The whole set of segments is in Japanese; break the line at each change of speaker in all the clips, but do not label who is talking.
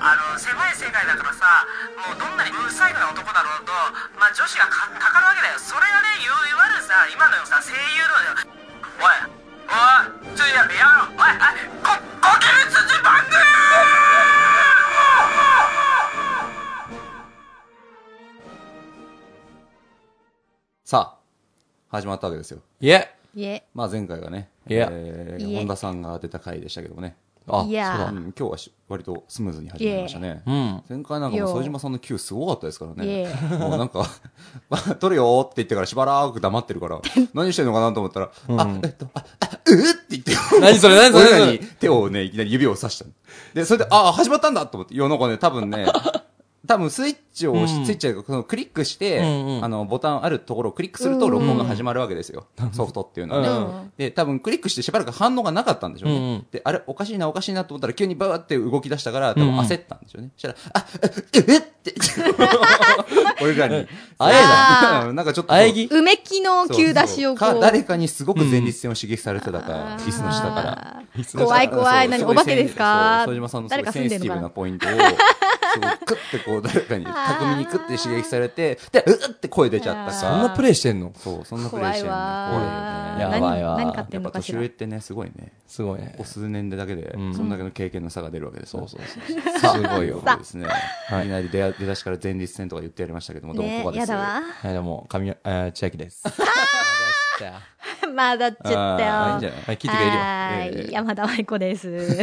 あの狭い世界だからさもうどんなにうるさいな男だろうと、まあ、女子がかたかるわけだよそれがねいわゆるさ今のよさ声優のよおいおいちょいやめやめろおいおいここける辻番組
さあ、始まったわけですよ。
いえ
いえ、
まあ前回がね、
いや
えー
いえ
本田さんが当てた回でしたけどもね。
あ、
いやー
そう
うん、今日はし割とスムーズに始まりましたね。
だ。うん。
前回なんかも
よ
う
ー
副島さんの Q すごかったですから
い
ね
え。
もうなんか、 まあ撮るよーって言ってからしばらく黙ってる から、何してんのかなと思ったら、あ、えっと、あ、あ、うーって言って、
何それ何それ
俺ら
何
に手をね、いきなり指をさしたので、それで、ああ、始まったんだと思って、世の中ね、多分ね、多分スイッチを押し、
うん
スイッチをそのクリックして、
うんうん
あの、ボタンあるところをクリックすると録音が始まるわけですよ。ソフトっていうのはね、
う
で、多分クリックしてしばらく反応がなかったんでしょうね。
うんうん
で、あれ、おかしいな、おかしいなと思ったら急にバーって動き出したから、多分焦ったんでしょうね。そしたら、あ、え、ええって 俺らに。
あえ
だ
うんなんかちょっと。
あえぎ
うめきの急出しをこ
か
う。
誰かにすごく前立腺を刺激されてたから、椅子の下から。
あー
椅子の下
怖い怖い。
そう
何、
す
お
ご
化けですか
そう副島さんのす
誰
ごい
か
セ
住ん
ン
で
シティブ
るのか
な
な
ポイントを、すごいクッてこう誰かに、巧みにクッて刺激されて、で、うっって声出ちゃったか
あー
ら。
そんなプレイしてんの
そう、そんなプレイ
怖
して
い
るね。
わ
怖いよね。
ー。
やばいわ
何何買って
や
ん
っ
の
ぱ
かし
年
ら
上っ。てね、すごいね。
すごいね
ここ。数年でだけで、
ん
そんだけの経験の差が出るわけです、そうそうそう
さあ
すごいよ
さあ
ですね、い、きなり出や出だしから前立腺とか言ってやりましたけどもどうも
ね
ここです
やだわ。
はい、どうも、神、えー、千秋です。あ
まだっち
あーいい
ゃ
ん
っ
じゃ
たよ。
ない
聞いてくれるよ。
は
え
ー
え
い。山田舞子です。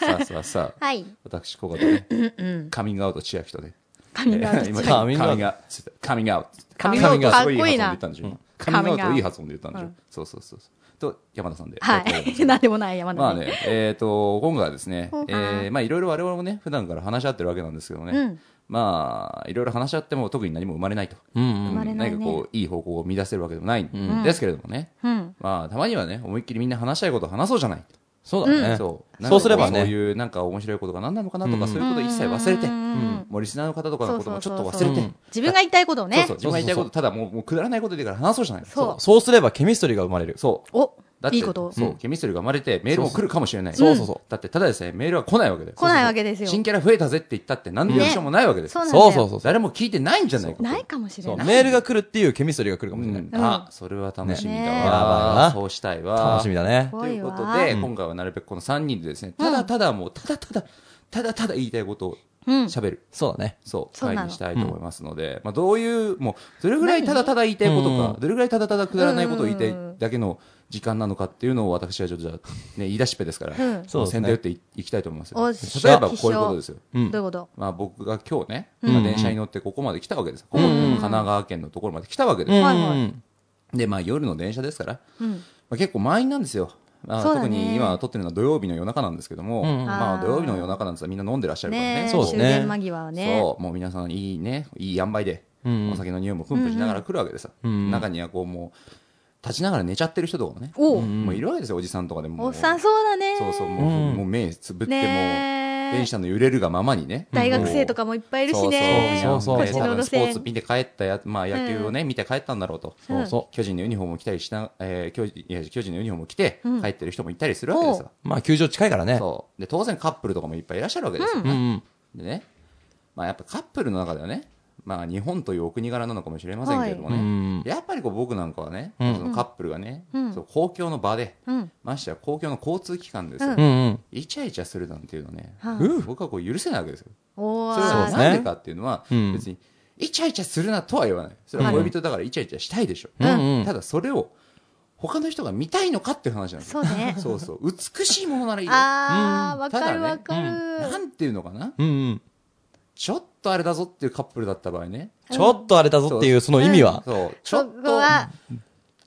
さあさあさあ
はい。
私ここでねカミングアウト千秋とね
カミングアウト
えー今
カミングアウト
カミングアウトカ
カ
ミ
ミ
ン
ン
グ
グ
ア
ア
ウ
ウ
トカミングアウトす
ト
ごいいい発
かっこいい
音で
な
言ったんでしょカミングアウ
カ
ト
ミングアウト
いい発音で言ったんでしょ、そうそうそうそうと山田さんで
はい。 なんでもない山田
まあね、えっ、と、今回はですね、えー、まあいろいろ我々もね、普段から話し合ってるわけなんですけどね、
うん
まあ、いろいろ話し合っても特に何も生まれないと。
うん
生まれないね
何かこう、いい方向を見出せるわけでもないんですけれどもね、
うん。
まあ、たまにはね、思いっきりみんな話したいことを話そうじゃない。
そうだね。
そう。
そうすれば
なんかこうそう
ね。
いう、なんか面白いことが何なのかなとか、
うん
そういうことを一切忘れて、
うん
もうリスナーの方とかのこともちょっと忘れて、
そう
そうそう
自分が言いたいことをね。
そうそう、自分が言いたいこと、ただもうもうくだらないことでいいから話そうじゃない。
そう
そうすればケミストリーが生まれる。
そう。
お
だって
いいこと。
そう、
うん
ケミストリーが生まれてメールも来るかもしれない。
そうそうそううん
だってただですね、メールは来ないわけで。
来ないわけですよ
新キャラ増えたぜって言ったって何のリアクションもないわけです。
そうなんだ
そうそう
よ。
そうそう。
誰も聞いてないんじゃないかと。
ないかもし
そ
れ
う、
ない。
メールが来るっていうケミストリーが来るか
う
もしれない。
ん
うん
あ、それは楽しみだ
ね
わ。
ね
そうしたいわ。
楽しみだね。
ということ
怖い
で、
わ
今回はなるべくこの3人でですね、ただただもう、ただただ、ただただ言いたいことを
うん。
喋る。
そうだね。
そう、
そうな
会
の
にしたいと思いますので、まあどういう、もう、どれぐらいただただ言いたいこと
何
か、どれぐらいただただくだらないことを言いたい
うん
だけの時間なのかっていうのを私はちょっとじゃあ、ね、言い出しっぺです から、
うん
そうですね
宣伝打っていいきたいと思いますよ。
おっしゃ
例えばこういうことですよ。
どういうこと
まあ僕が今日ね、まあ電車に乗ってここまで来たわけです。ここ神奈川県のところまで来たわけです。
うん
はいはい
うん
で、まあ夜の電車ですから、
うん。
まあ、結構満員なんですよ。まあ
そうだ
特
ね
に今撮ってるのは土曜日の夜中なんですけども、
うんうん
まあ
あー
土曜日の夜中なんですよみんな飲んでらっしゃるからね
ねえ、
そうです
終
ね
電間際はね。
そう、もう皆さんいいね、いい塩梅で、
うんうん
お酒の匂いもプンプンしながら来るわけでさ、
んうん
中にはこうもう、立ちながら寝ちゃってる人とかもね、
おう
もういるわけですよ、おじさんとかでもう。
おっさんそうだね。
そうそう、もう、
うん
もう目つぶって、
ね
も
え
う、電車の揺れるがままにね。
大学生とかもいっぱいいるしね。
そうそう、
こ
そう
っち
そう
の
多分
路
スポ
線
ーツ見て帰ったや、まあ野球をね、見て帰ったんだろうと。
そうそ
巨人のユニフォームを着たりしな、えー巨人いや巨人のユニフォームを着て
うん
帰ってる人もいたりするわけですよ
う。まあ、球場近いからね。
そう。で、当然カップルとかもいっぱいいらっしゃるわけですよ。
うんうん。
でね、まあやっぱカップルの中ではね、まあ日本というお国柄なのかもしれませんけれどもね、
はいうん
やっぱりこう僕なんかはね、
うん
そのカップルがね、
うん
その公共の場で、
うん。
ましてや公共の交通機関ですよ、
う
うんうん。
イチャイチャするなんていうのね、
はあ
う
僕はこう許せないわけですよ。
おー
それ
そう
は
ですね
なんでかっていうのは、
うん
別に、イチャイチャするなとは言わない。それは恋人だからイチャイチャしたいでしょ。
うんうん
ただそれを、他の人が見たいのかっていう話なんですよ。
そうね。
そうそう。美しいものならいいよ。
あー、わか
う
る
ん
わかる
な。んていうのかな
うんうん。
ちょっとあれだぞっていうカップルだった場合ね。
ちょっとあれだぞっていう、その意味は。
そう。ちょ
そ
っ、
ことは、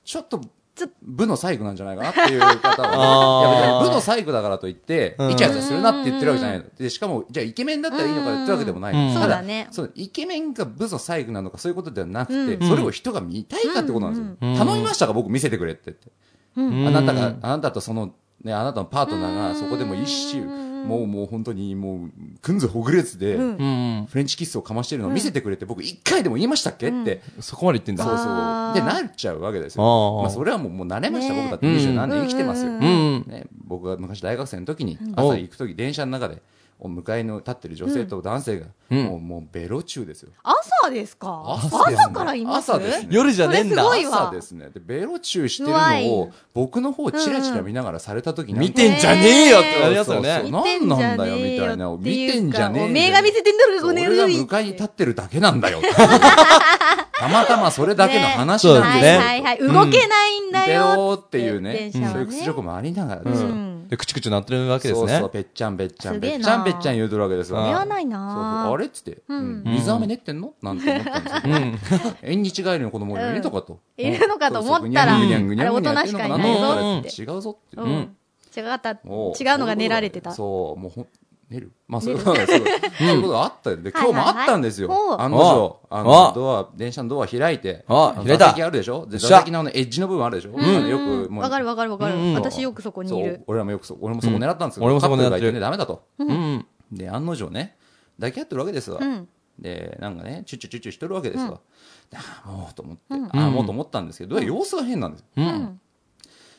ちょっと
ちょっ、
部の細工なんじゃないかなっていう方 は、ね、
あー
いや別に部の細工だからといって、
うん
イチャイチャするなって言ってるわけじゃないの。で、しかも、じゃあイケメンだったらいいのか言ってるわけでもないの。
うん
そ
た
うだね
そのイケメンが部の細工なのかそういうことではなくて、
ん
それを人が見たいかってことなんです
うん
よ。
うん
頼みましたか僕見せてくれって言って。
うん
あなたが、あなたとその、ね、あなたのパートナーがそこでも一周、
うん
もうもう本当にもう、くんずほぐれずで、
うん
うんうん。
フレンチキスをかましてるのを見せてくれって、僕一回でも言いましたっけって、
そこまで言ってんだ。
そうそう
あ。ー
で、なっちゃうわけですよ。
あー
まあ、それはもうもう慣れました、
ね
僕だって二十
うん
何年生きてますよ。
うん
うんうん
ね、僕が昔大学生の時に、朝行く時、電車の中で、お向かいの立ってる女性と男性が、
うん
もうもうベロ中ですよ。
朝ですか
朝ですね
からいます
朝ですね
夜じゃねえんだ
それすごいわ
朝ですね。で、ベロ中してる
うわい
のを、僕の方をチラチラ見ながらされた時に、
見てんじゃねえよってなります
そ
よ
うそう
ね。
見てじゃねえ
な
よ
んなんだよ
っていうか
みたいな見てんじゃねえよ
おめえが見せてんだろ、この
俺
よ
が
り。
向かいに立ってるだけなんだよ。たまたまそれだけの話
そう
なん
で
だ
す
は
ね
いはいはい。動けないんだ
ベ
よ。
ローっていうね、
電車はね
そういう屈辱もありながら
う
ですよ。
ん。
で、くちくちなってるわけです
そう
ね
そう、。ぺっちゃんぺっちゃん、
すげ
ぺ
え
っ
な
ちゃんぺっちゃん言うとるわけです
そ
わ。
れ
うん
はない
そうそう
な
あれっつって、
うん
うん水飴練ってんのなんて思ったんですよ。
うん。
縁日帰りの子供がいるとかと。
うんいるのかと思ったら
そうそうぐにゃんぐにゃんぐにゃんぐにゃん
あれ大人しかい
ないぞ
やってんのかなと思ったら違うぞっていうう。
ん。違かった。違う
お
のが練られてた。は
そう、もうほん、寝る。まあ、そういうことなんですけど、そういうことあったよ。で、
は
今
い
日
はい
もあったんですよ
お。う
案の定、
あ
あ
あ
の、ドア、電車のドア開いて、
あ
あの
開いた
座席あるでしょで
よっしゃ
座席のあのエッジの部分あるでしょあのよく、もう
わかるわかるわか
うん
る。私よくそこにい
そう
る。
俺らもよくそ、俺もそこ狙ったんですけど、
うん俺もそこ狙ってる
カップルがいね、ダメだと。
うん。
で、案の定ね、抱き合ってるわけですわ
う。ん。
で、なんかね、チュチュチュチュしてるわけですわ。でああ、もうと思って、
うん
ああ、もうと思ったんですけど、様子が変なんですよ。
う。
うんん。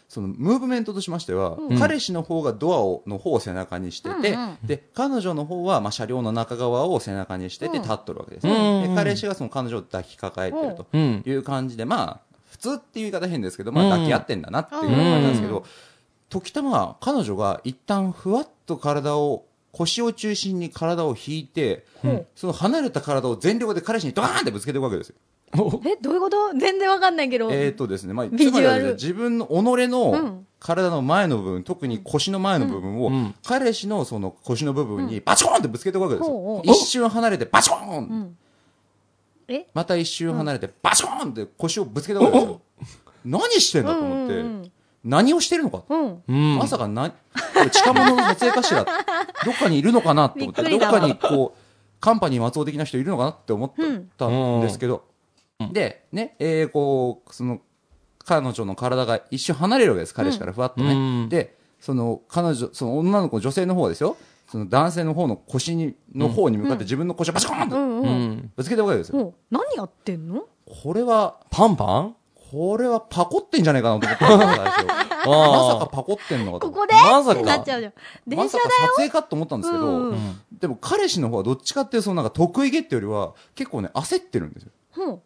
そのムーブメントとしましては、彼氏の方がドアをの方を背中にしてて、
うんうん
で彼女の方はまあ車両の中側を背中にしてて
うん
立っとるわけです、
うん
で彼氏がその彼女を抱きかかえてると
うん。
いう感じで、まあ普通っていう言い方変ですけど、まあ、
うん
抱き合ってんだなっていう感じなんですけど、時たま彼女が一旦ふわっと体を腰を中心に体を引いて、
うん
その離れた体を全力で彼氏にドカーンってぶつけていくわけですよ。
え、どういうこと全然わかんないけど。
えーとですね、まあ、つ
ビジュアル
まりはですね自分の己
う
の
ん
体の前の部分、特に腰の前の部分を、
うん
彼氏のその腰の部分にバチコーンってぶつけていくわけですよ。
ほうほう
一瞬離れてバチコーン、
うん。え
また一瞬離れてバチコーンって腰をぶつけたわけですよ。何してんだと思って、
うんうんうん
何をしてるのか。
うん。
うん。
まさかな、近物の撮影かしら、 どっかにいるのかなと思って、
び
どっ
っくりだ
かにこう、カンパニー松尾的な人いるのかなって思ったんですけど、で、ね、えー、こう、その、彼女の体が一瞬離れるわけです、彼氏からふわっとね。
うん
で、その、彼女、その女の子、女性の方はですよ、その男性の方の腰に、の方に向かって自分の腰をバチコーン
う
と
ん
う
うん。
ん。
ぶつけたわけですよ。
もう、何やってんの
これは、
パンパン
これはパコってんじゃないかなと思ったんですよ、最 初。
あ
まさか
あ。
パコってんのかと
こ
思って。
こで
まさか
ってなっちゃうじゃん。電
まさ
車だ
か撮影かと思ったんですけど、
うんうん
でも彼氏の方はどっちかっていうとそのなんか得意げっていうよりは結構ね焦ってるんですよ
うん。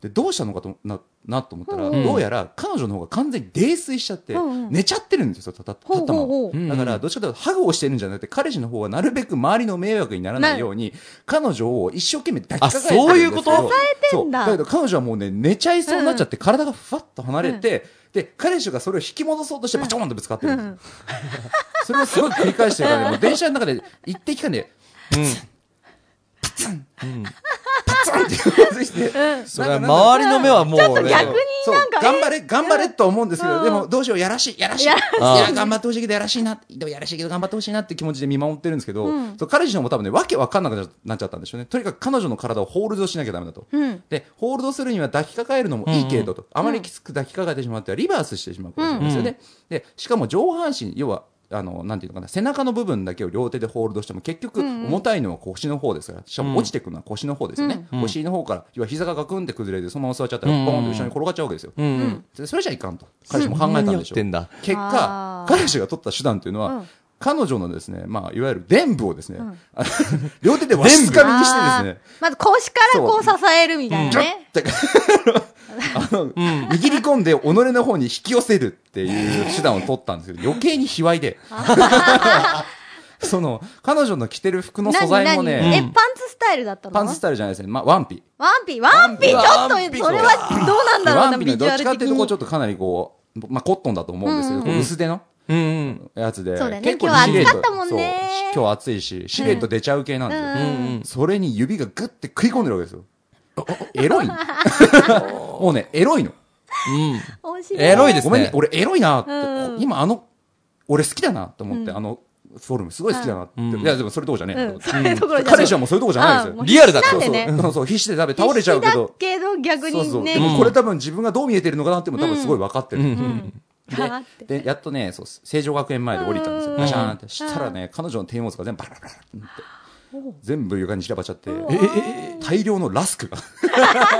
でどうしたのかとななと思ったら、
うん
どうやら彼女の方が完全に泥酔しちゃって、
うんうん
寝ちゃってるんですよたた
ほ
立
う
ったま
ほ
ま。
うほう
う。ん
だから、どっちかというと、ハグをしてるんじゃなくて、彼氏の方はなるべく周りの迷惑にならないように、彼女を一生懸命抱きかかえてるんですけど
あそういうこと
そう
えてんだ
だけど、彼女はもうね、寝ちゃいそうになっちゃって、体がふわっと離れて、で、彼氏がそれを引き戻そうとして、バチョーンとぶつかってるんですよ。それをすごい繰り返してるからね、もう電車の中で一定期間で、パツンって言わして、
それは周りの目はもうね。
そう
逆になんか
そう頑張れ、頑張れと思うんですけ
う
ど、
ん
でもどうしよう、やらしい、やらしい。いや、頑張ってほしいけど、やらしいな。でもやらしいけど、頑張ってほしいなって気持ちで見守ってるんですけど、
うん
そう彼氏の方も多分ね、わけわかんなくなっちゃったんでしょうね。とにかく彼女の体をホールドしなきゃダメだと。
うん。
で、ホールドするには抱きかかえるのもいいけれどと、あまりきつく抱きかかえてしまってはリバースしてしまうことになるんですよね。で、しかも上半身、要は、あの、なんていうのかな、背中の部分だけを両手でホールドしても、結局、
うんうん
重たいのは腰の方ですから、しかも落ちてくるのは腰の方ですよね。
うん
腰の方から、要は膝がガクンって崩れて、そのまま座っちゃったら、
うん
ボーンと後ろに転がっちゃうわけですよ。
うん。
でそれじゃいかんと。彼氏も考えたんでしょ
そんなに酔ってんだ
う。結果
あ、ー
彼氏が取った手段というのは、
うん
彼女のですね、まあ、いわゆる伝部をですね、
ん
両手でわしづかみにしてですね
あ、ーまず腰からこう支えるみたいなね。
あの、握り込んで己の方に引き寄せるっていう手段を取ったんですけど、余計に卑猥 で。その、彼女の着てる服の素材も
何何え、
ね、
うん
パンツスタイルだったの
パンツスタイルじゃないですね。まあ、ワンピ。
ワンピ、ワンピ、ちょっ
ワンピ
と、それはどうなんだろ
ワ
うな、
ンピの
ビジ
ど
ュ
っ
ア
ちか
ル
って
的
いうと、こう
に
ちょ。っとかなりこう、まあ、コットンだと思うんですけど、
うん
こう薄手の
うん。
やつで。
そうだよね
結構
今日
シルエット
暑かったもんね
そう今日暑いし、シルエット出ちゃう系なんですよ。
うん
うん。うん。
それに指がグッて食い込んでるわけ ですよ。エロいのもうね、エロいの。
面白い。
エロいで
ご
すね。
めんね、俺エロいなって、
うん
今あの、俺好きだなと思って、あの、フォルムすごい好きだなって。
ん
いや、でもそれどこじゃねえと思っ
うん、
て
そういうところじゃ
彼氏はもうそういうとこじゃないですよ。
リアルだから
な
そ
ん
う
で
そう
ね。
そうそう、必死で食べ、倒れちゃうけ
必死
ど
だ。けど逆
そうそう。
に
でも
ね。
これ多分自分がどう見えてるのかなっても多分すごい分かってる。
うん。はって。
で、やっとね、そう、成城学園前で降りたんですよ。
ん
シャーンって。したらね、彼女の手荷物が全部バラバラってなって。全部床に散らばっちゃって
ええ
大量のラスクが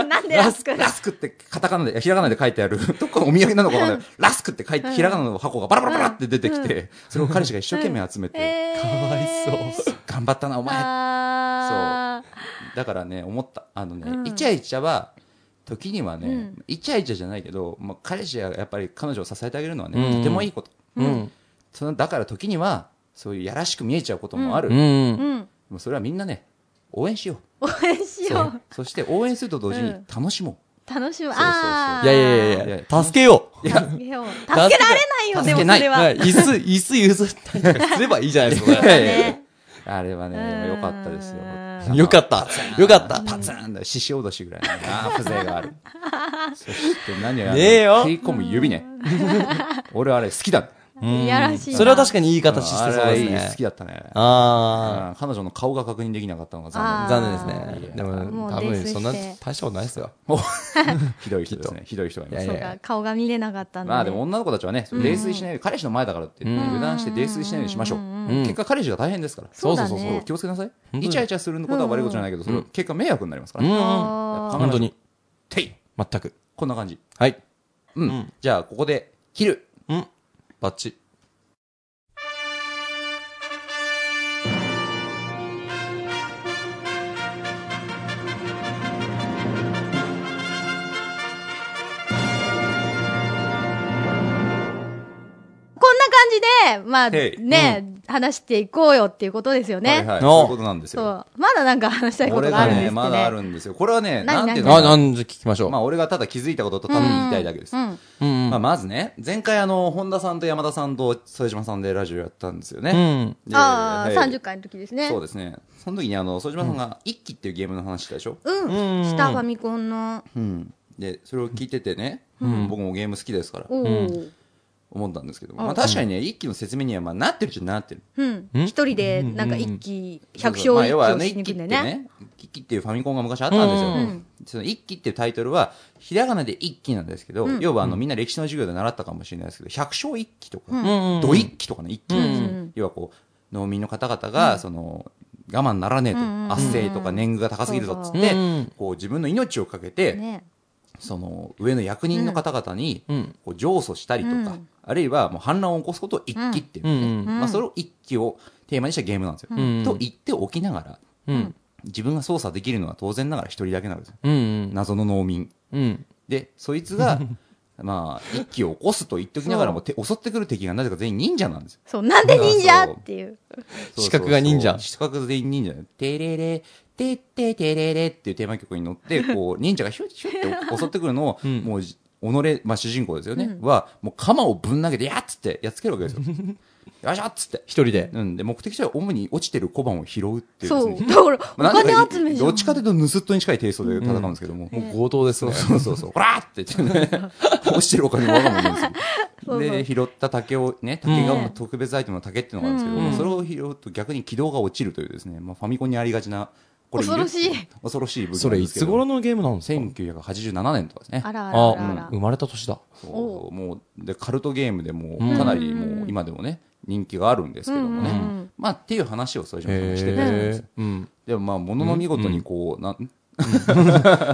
なんでラスク
ラスクってカタカナでひらがなで書いてある どっかのお土産なのかわかんないラスクって書いてひらがなの箱がバラバラバラって出てきてそれを彼氏が一生懸命集めて
えー
かわいそう
頑張ったなお前
あ
だからね思ったあのね、
うん
イチャイチャは時にはね、
うん
イチャイチャじゃないけど、まあ、彼氏ややっぱり彼女を支えてあげるのはね、
うん
とてもいいこと
うん。
そのだから時にはそういうやらしく見えちゃうこともある、
う。
で
ーうんん
もそれはみんなね応援しよ
応援し
う
よ
ね
う
そして応援すると同時に
うん
楽しも
楽し
そうそうそ
む
う
ああ
いやいやい
い
や
や
いや、助けよう。
う、いや
助けよう助けられないよでも
助
そ
けない
れは
はい椅子、椅子譲ったりとかすればいいじゃないですか
い
ね。
やいやいや
ね
あれはね
うん
良かったですよ
よかった。よかった。
パツンだ獅子おどしぐらいのあー風情があるそして何やら
ねえよ
食い込む指ね俺はあれ好きだ
うん
いやらしいな
それは確かにいい形してそうです
あれはいい
ね
好。きだったね。
あ
うん彼女の顔が確認できなかったのが
あ。
残
残念ですね。で
も
も、
う
多
泥
分
酔
そんな
して
大したことないですよ。
念。ひどい人ですね。ひどい人がいま
い
す
や
そ
いうや
か顔が見れなかったんで
まあでも女の子たちはね、泥酔しないように、彼氏の前だからって言って
うん
油断して泥酔しないようにしましょう。
ん
結果彼氏が大変ですから。
そうだね
気をつけなさい。
当に
イチャイチャすることは悪いことじゃないけど、それは結果迷惑になりますか
う
ら。
ん。
あ
うん
本当に。
てい
全く。
こんな感じ。
はい。
う
うんん。
じゃあここで、切る。
うん。バッチ。
ーこんな感じでまあ
へい
ね話していこうよっていうことですよ
はい
ね
はい。
うん
そういうことなんです
そ
よ。
うまだなんか話したいこ
ことれ
があ
が
るんですっ
ね、
て
まだあるんですよ。これはね、
何
なんていうのか
あ、
な
なんじゃ聞きましょう。
まあ俺がただ気づいたことと単に言いたいだけです
う。ん
うん。
まあ、まずね、前回あの、本田さんと山田さんと副島さんでラジオやったんですよ
う
ね。
ん。
で
ああ
はい
30回の時ですね
そうですね。その時にあの、副島さんが、一期っていうゲームの話したでしょ
う
うん
ん下ファミコンの
うん。で、それを聞いててね、僕もゲーム好きですから、
おー
思ったんですけども、まあ確かにね、一期の説明には、まあなってるっちゃなってる。
うん
ん
一人でなんか一気
まあ
百勝一
要はあ
挙
の
し
一
に
期
行
っ
くん
て
でね
ね、一期っていうファミコンが昔あったんですよ。
うん
その一期っていうタイトルは、ひらがなで一期なんですけど、要はあの、みんな歴史の授業で習ったかもしれないですけど、百姓一期とか、
うん。
土一揆とかね、一揆なんですよ
うんうん
要はこう、農民の方々が、その、我慢ならねえと、
んうん
圧政とか年貢が高すぎるぞっつって、
うん
こう自分の命をかけて、
ね
その上の役人の方々に、
うん
こう上訴したりとか、
うん
あるいはもう反乱を起こすことを一揆っていう、ね
うん
まあ、それを一揆をテーマにしたゲームなんですよ。
ん
と言っておきながら、
うん。
自分が操作できるのは当然ながら一人だけなんですよ。
うん。
謎の農民。
うん。
で、そいつ が、まあ、一揆を起こすと言っておきながらも、て襲ってくる敵がなぜか全員忍者なんですよ
そうなんで忍者っていう
そうそうそう
資格が忍者
資格全員忍者。テレレ、テッテテレレっていうテーマ曲に乗 って、こう、忍者がヒュッヒュッって襲ってくるのを、
ん
もう、己、まあ、主人公ですよね。は、もう鎌をぶん投げて、やっつって、やっつけるわけ ですよ。よいしょっつって。
一人で。
うん。で、目的地は主に落ちてる小判を拾うっていうです
そ
ね
う。だから、お
まあなんでか
金集めじゃん。
どっちかというと、盗っ人に近い低層で戦うんですけども。
もう強盗ですね。
そうそうそう。ほらーって言って ね、落ちてるお金もわがままなんですよ。
そうそう
で、拾った竹をね、竹がもう特別アイテムの竹っていうのがあるんですけど、
うん
それを拾うと逆に軌道が落ちるというですね、まあ、ファミコンにありがちな、これいる
恐ろしい。
恐ろしい武器
そ
な
れ
んで
い
すけ
つ
ど。
頃のゲームなんですか
1987年とかですね
あ。らあら
あ
あらあら。
うん生まれた年だ。
そう
お
もうでカルトゲームでもうかなりもう今でもね人気があるんですけどもね、
うんうんうん
まあっていう話をそれじゃ
へ
してたんです
え。うん。
でもまあものの見事にこう、 なん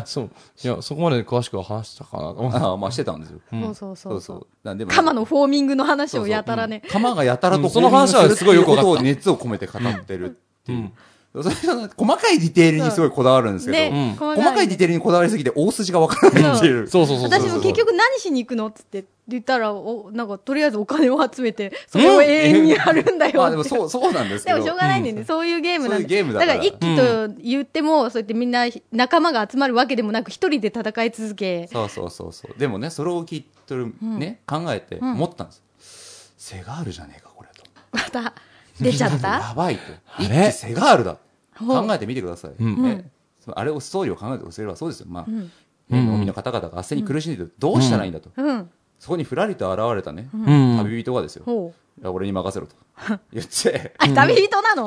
そう。いや、そこまで詳しくは話したかな。
あーまあしてたんですよ、
そうそうそうそう。
なんでも
鎌のフォーミングの話をやたらね。
鎌がやたらと、
うんその話はすごいよくわかった
ことを熱を込めて語ってるっていう。それは細かいディテールにすごいこだわるんですけど、
ね、
細かいディテールにこだわりすぎて大筋がわからないっていう。
そうそうそうそう。
私も結局何しに行くのっつって言ったら、お、なんかとりあえずお金を集めて、それを永遠にやるんだ よ
まあでも
って。
そう、そうなんですけ
で
ど。
もしょうがないんだよね。そういうゲームなん
そういうゲームだ
だ
か
からら一気と言っても、そうやってみんな仲間が集まるわけでもなく、一人で戦い続け。
そうそうそうそう。でもね、それを聞いてる、ね、考えて思ったんです。セガールじゃねえか、これと。
また、出ちゃった
やばいと。
れ
一気セガールだ。
ほ
考
う
えてみてください。
ん
ねそのあれをストーリーを考えてくれればそうですよ。まあ、ね
うん
農民の方々が汗に苦しんでてどうしたらいいんだと。
うん。
そこにふらりと現れたね、
ん
旅人がですよ、い
ほう。
や俺に任せろと言って、
あ、旅人なの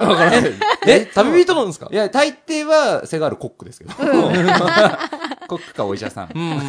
え、旅人なんですか
いや、大抵はセガールコックですけど、 コックかお医者さん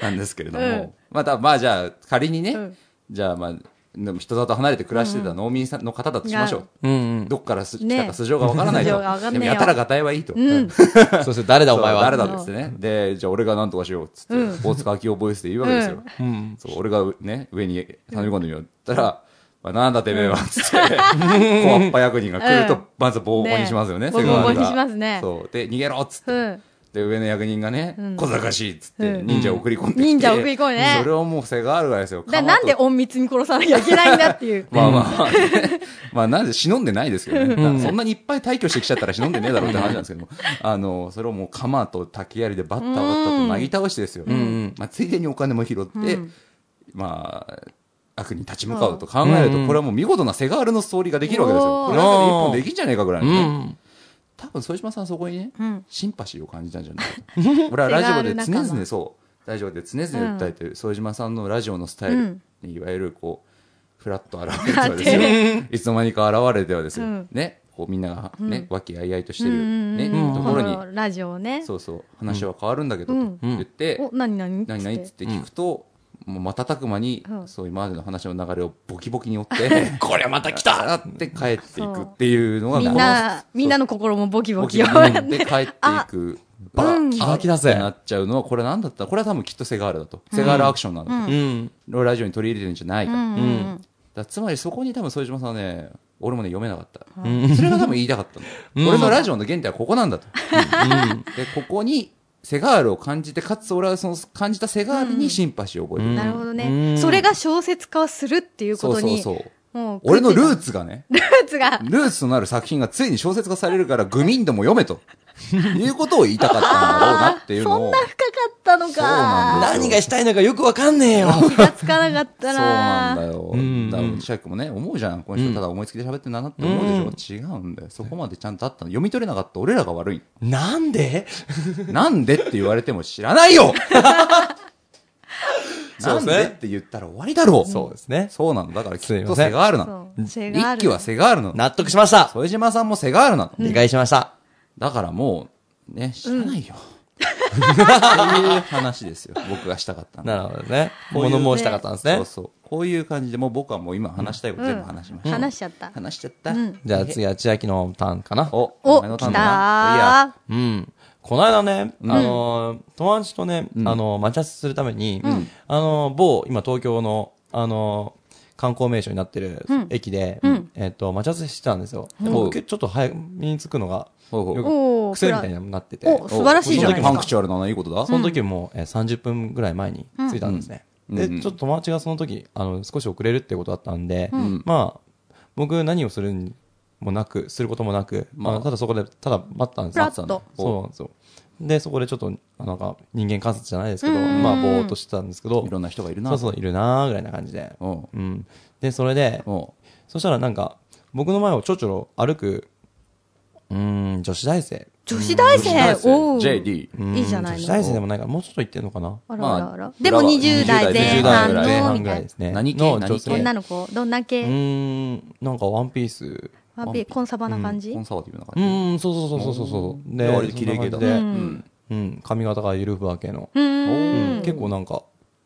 なんですけれども、
うん
また、まあじゃあ、仮にね、
うん
じゃあまあ、でも人里離れて暮らしてた農民さんの方だとしましょう。
うんうん。
どっからす、
ね
来たか素性がわからない
素
と。
性がわかん
で
ねえ
も
よ
やたらがたいはいいと。
うん。
そうそう、誰だお前は。
誰だですね。で、じゃあ俺がなんとかしようっつって、
うん
大塚明夫ボイスで言うわけですよ。
うん
うん。
そう、俺がね、上に頼み込んでみようったら、まあ、なんだてめえは、つ って、コアッパ役人が来る
う
と
ん、
まずボーボーにしますよね、
ねボコボコにしますね
そう。で、逃げろっつって。
うん。
で、上の役人がね、
うん
小賢しいっつっ
う
て、
ん
忍者を送り込んできて。
忍者を送り込むね
それをもうセガールがですよ。
だなんで
かまと。
隠密に殺さなきゃいけないんだっていう
まあまあまあね、 まあなんで忍んでないですけどね。
うん
そんなにいっぱい退去してきちゃったら忍んでねえだろうって話なんですけども。あの、それをもう鎌と竹槍でバッタバッタとなぎ倒してですよ。
ん
まあついでにお金も拾って、
うん
まあ、悪に立ち向かうと考えると、
うん
これはもう見事なセガールのストーリーができるわけですよ。
おー
これは一本できんじゃねえかぐらいうのね。
ん。
多分、副島さんそこにね、
うん
シンパシーを感じたんじゃないか と俺はラジオで
セガール
常
仲間
々そうラジオで常々訴えてる副島さんのラジオのスタイル、
うん
いわゆるこうフラッと現れてはですね いつの間にか現れてはですよ、
うん
ねこうみんながね和気、あいあいとして
うん
る、ね
うんうん
ところに、
このラジオをね。
そうそう話は変わるんだけど、
うん
と言って、
お、何何
何々っつ
つ
っ
って
て聞くと、もう瞬く間に、
うん
そう今までの話の流れをボキボキに追 って、
こりゃまた来た
あーって帰っていくっていうのが、
みん
この
な、みんなの心もボキボ
ボ
キ
キ
を。
ボキで帰っていく。バ
うん
キバキだぜなっちゃうのは、これなんだったこれは多分きっとセガールだと。セガールアクションなの。
うん。
ラジオに取り入れてるんじゃないか。
う
だか
んうん
らつまりそこに多分副島さんはね、俺もね、読めなかった。
うん。
それが多分言いたかったの。
ん
俺のラジオの原点はここなんだと。で、ここに、セガールを感じて、かつ俺はその感じたセガールにシンパシーを覚え
う
てる。
ん。なるほど
う
ね。
ん
それが小説化をするっていう
そ
こと
うそう
に、
そう。
もう、
俺のルー
ツ。
ツがね、
ルーツが、
ルーツとなる作品がついに小説化されるから、グミンども読めと。いうことを言いたかったんだろうなっていうのを。
そんな深かったの
そうなん
か。
だ
何がしたいのかよくわかんねえよ。
気がつかなかった
そうなんだ
な。
よ。
うん
だから千秋君もね、思うじゃん。この人ただ思いつきで喋ってんだなって思うでしょ。違うんだよ。そこまでちゃんとあったの。読み取れなかった俺らが悪い。
なんで
なんでって言われても知らない よ
そう
なん
ですね
でって言ったら終わりだろう。
そうですね
そうなんだ。だからき
す
っ
い
と
ません
セガールな
そ
の。
う。セガール
一気はセガールなの。
納得しました。
副島さんもセガールなの。
理解しました。
だからもう、ね、知ら ないよ。っていう話ですよ。僕がしたかったの
なるほどね。
こういう
物申したかったんですね
そう。そう。こういう感じで、もう僕はもう今話したいこと全部話しました。
話しちゃった。
話しちゃった。
ん
じゃあ次は千秋のターンかな。
お、
お、
お前のター
来
ンだ
た
うん。この間ね、あのー、友達とね、あのー、待ち合わせするために、あのー、某、今東京の、あのー、観光名所になってる駅で、えっと、待ち合わせしてたんですよ。で
ほ
も、
う
ちょっと早めに着くのが、
ほうほう
よ
おー
く癖みたいになってて。
お素晴らしいじゃないですか
パンクチュアルなのいいことだ
その時も、えー30分ぐらい前に着いたんですね。
うん
で、
うん
ちょっと友達がその時、あの、少し遅れるってことだったんで、まあ、僕何をするにもなく、することもなく、ま
ま
あ、
あ
ただそこで、ただ待ってたんです
ふらっと
そうなんですよ。で、そこでちょっと、あなんか、人間観察じゃないですけど、
うん
まあ、ぼーっとしてたんですけど、
いろんな人がいるな。
そうそう、いるなーぐらいな感じで。
おう
うん。で、それで、
お
そしたらなんか、僕の前をちょちょろ歩く、うーん、女子大生。
女子大
う
生おう
JD。
うん
いいじゃないの
女子大生でもないから、もうちょっと行ってんのかな
あらあらあ
ま
ら
あ。
でも
裏は
20代
20
前半
代
の、
前半
み
ぐ
た
らい
い
ですね。
何系
の女
何
な。
系
性。
女の子、どんな
う
系
ーん、なんかワンピース。
ワンピコンサバな感じ
コンサバティブな
う
感じ。
ーん、そうそうそうそうそうそう。
で割と綺麗系だ
そんな
う
感
ん。
じでうん、髪型がゆるふわ系の。
う
うん
ん。
結構なんか、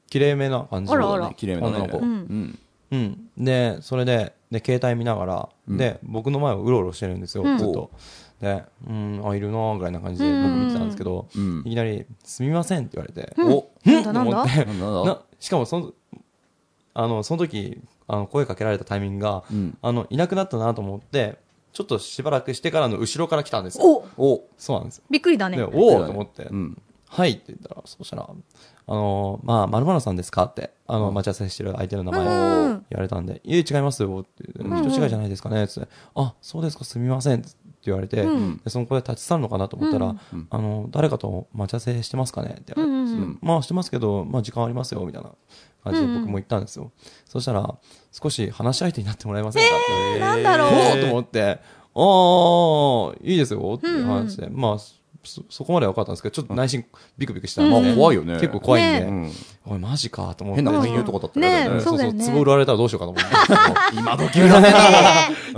綺麗めな感じ
あらあら
ね
綺麗な
女の
子。
子
う。ん。
うん。で、それで、で、携帯見ながら、で、僕の前をうろうろしてるんですよ、ずっと。で、うーん、あ、いるなーぐらいな感じで僕見てたんですけど、
うん
いきなり、すみませんって言われて、
お、
なんだなん
と思
だ
って
なんだなんだ
なしかもそのあのその時あの声かけられたタイミングが、
ん
あのいなくなったなと思ってちょっとしばらくしてからの後ろから来たんですよ
お
お、
そうなんですよ
びっくりだね
で。おお
だね
と思って、
うん。
はいって言ったらそうしたら「あのまあ、〇〇さんですか?」ってあの、待ち合わせしてる相手の名前を
うん
言われたんで「いえ違いますよ」って言って「人違いじゃないですかね」っつって「あそうですかすみません」って言われて、
うん
でそこで立ち去るのかなと思ったら「あの誰かと待ち合わせしてますかね?」って言われて
う、んうん
まあしてますけど、まあ時間ありますよ、みたいな感じで僕も言ったんですよ。そしたら、少し話し相手になってもらえませんかって言われて。
なんだろう
ほうと思って、ああ、いいですよ、っていう話で。まあ、そ、そこまでは分かったんですけど、ちょっと内心ビクビクしてたんです
まあ怖いよね
結構怖いんで。
ね
うん
おい、マジか、と思って。
変な
う
勧
ん
誘とかだった
ね
ら
えそうだよね
そう、壺売られたらどうしようかと 思って。今時
だね。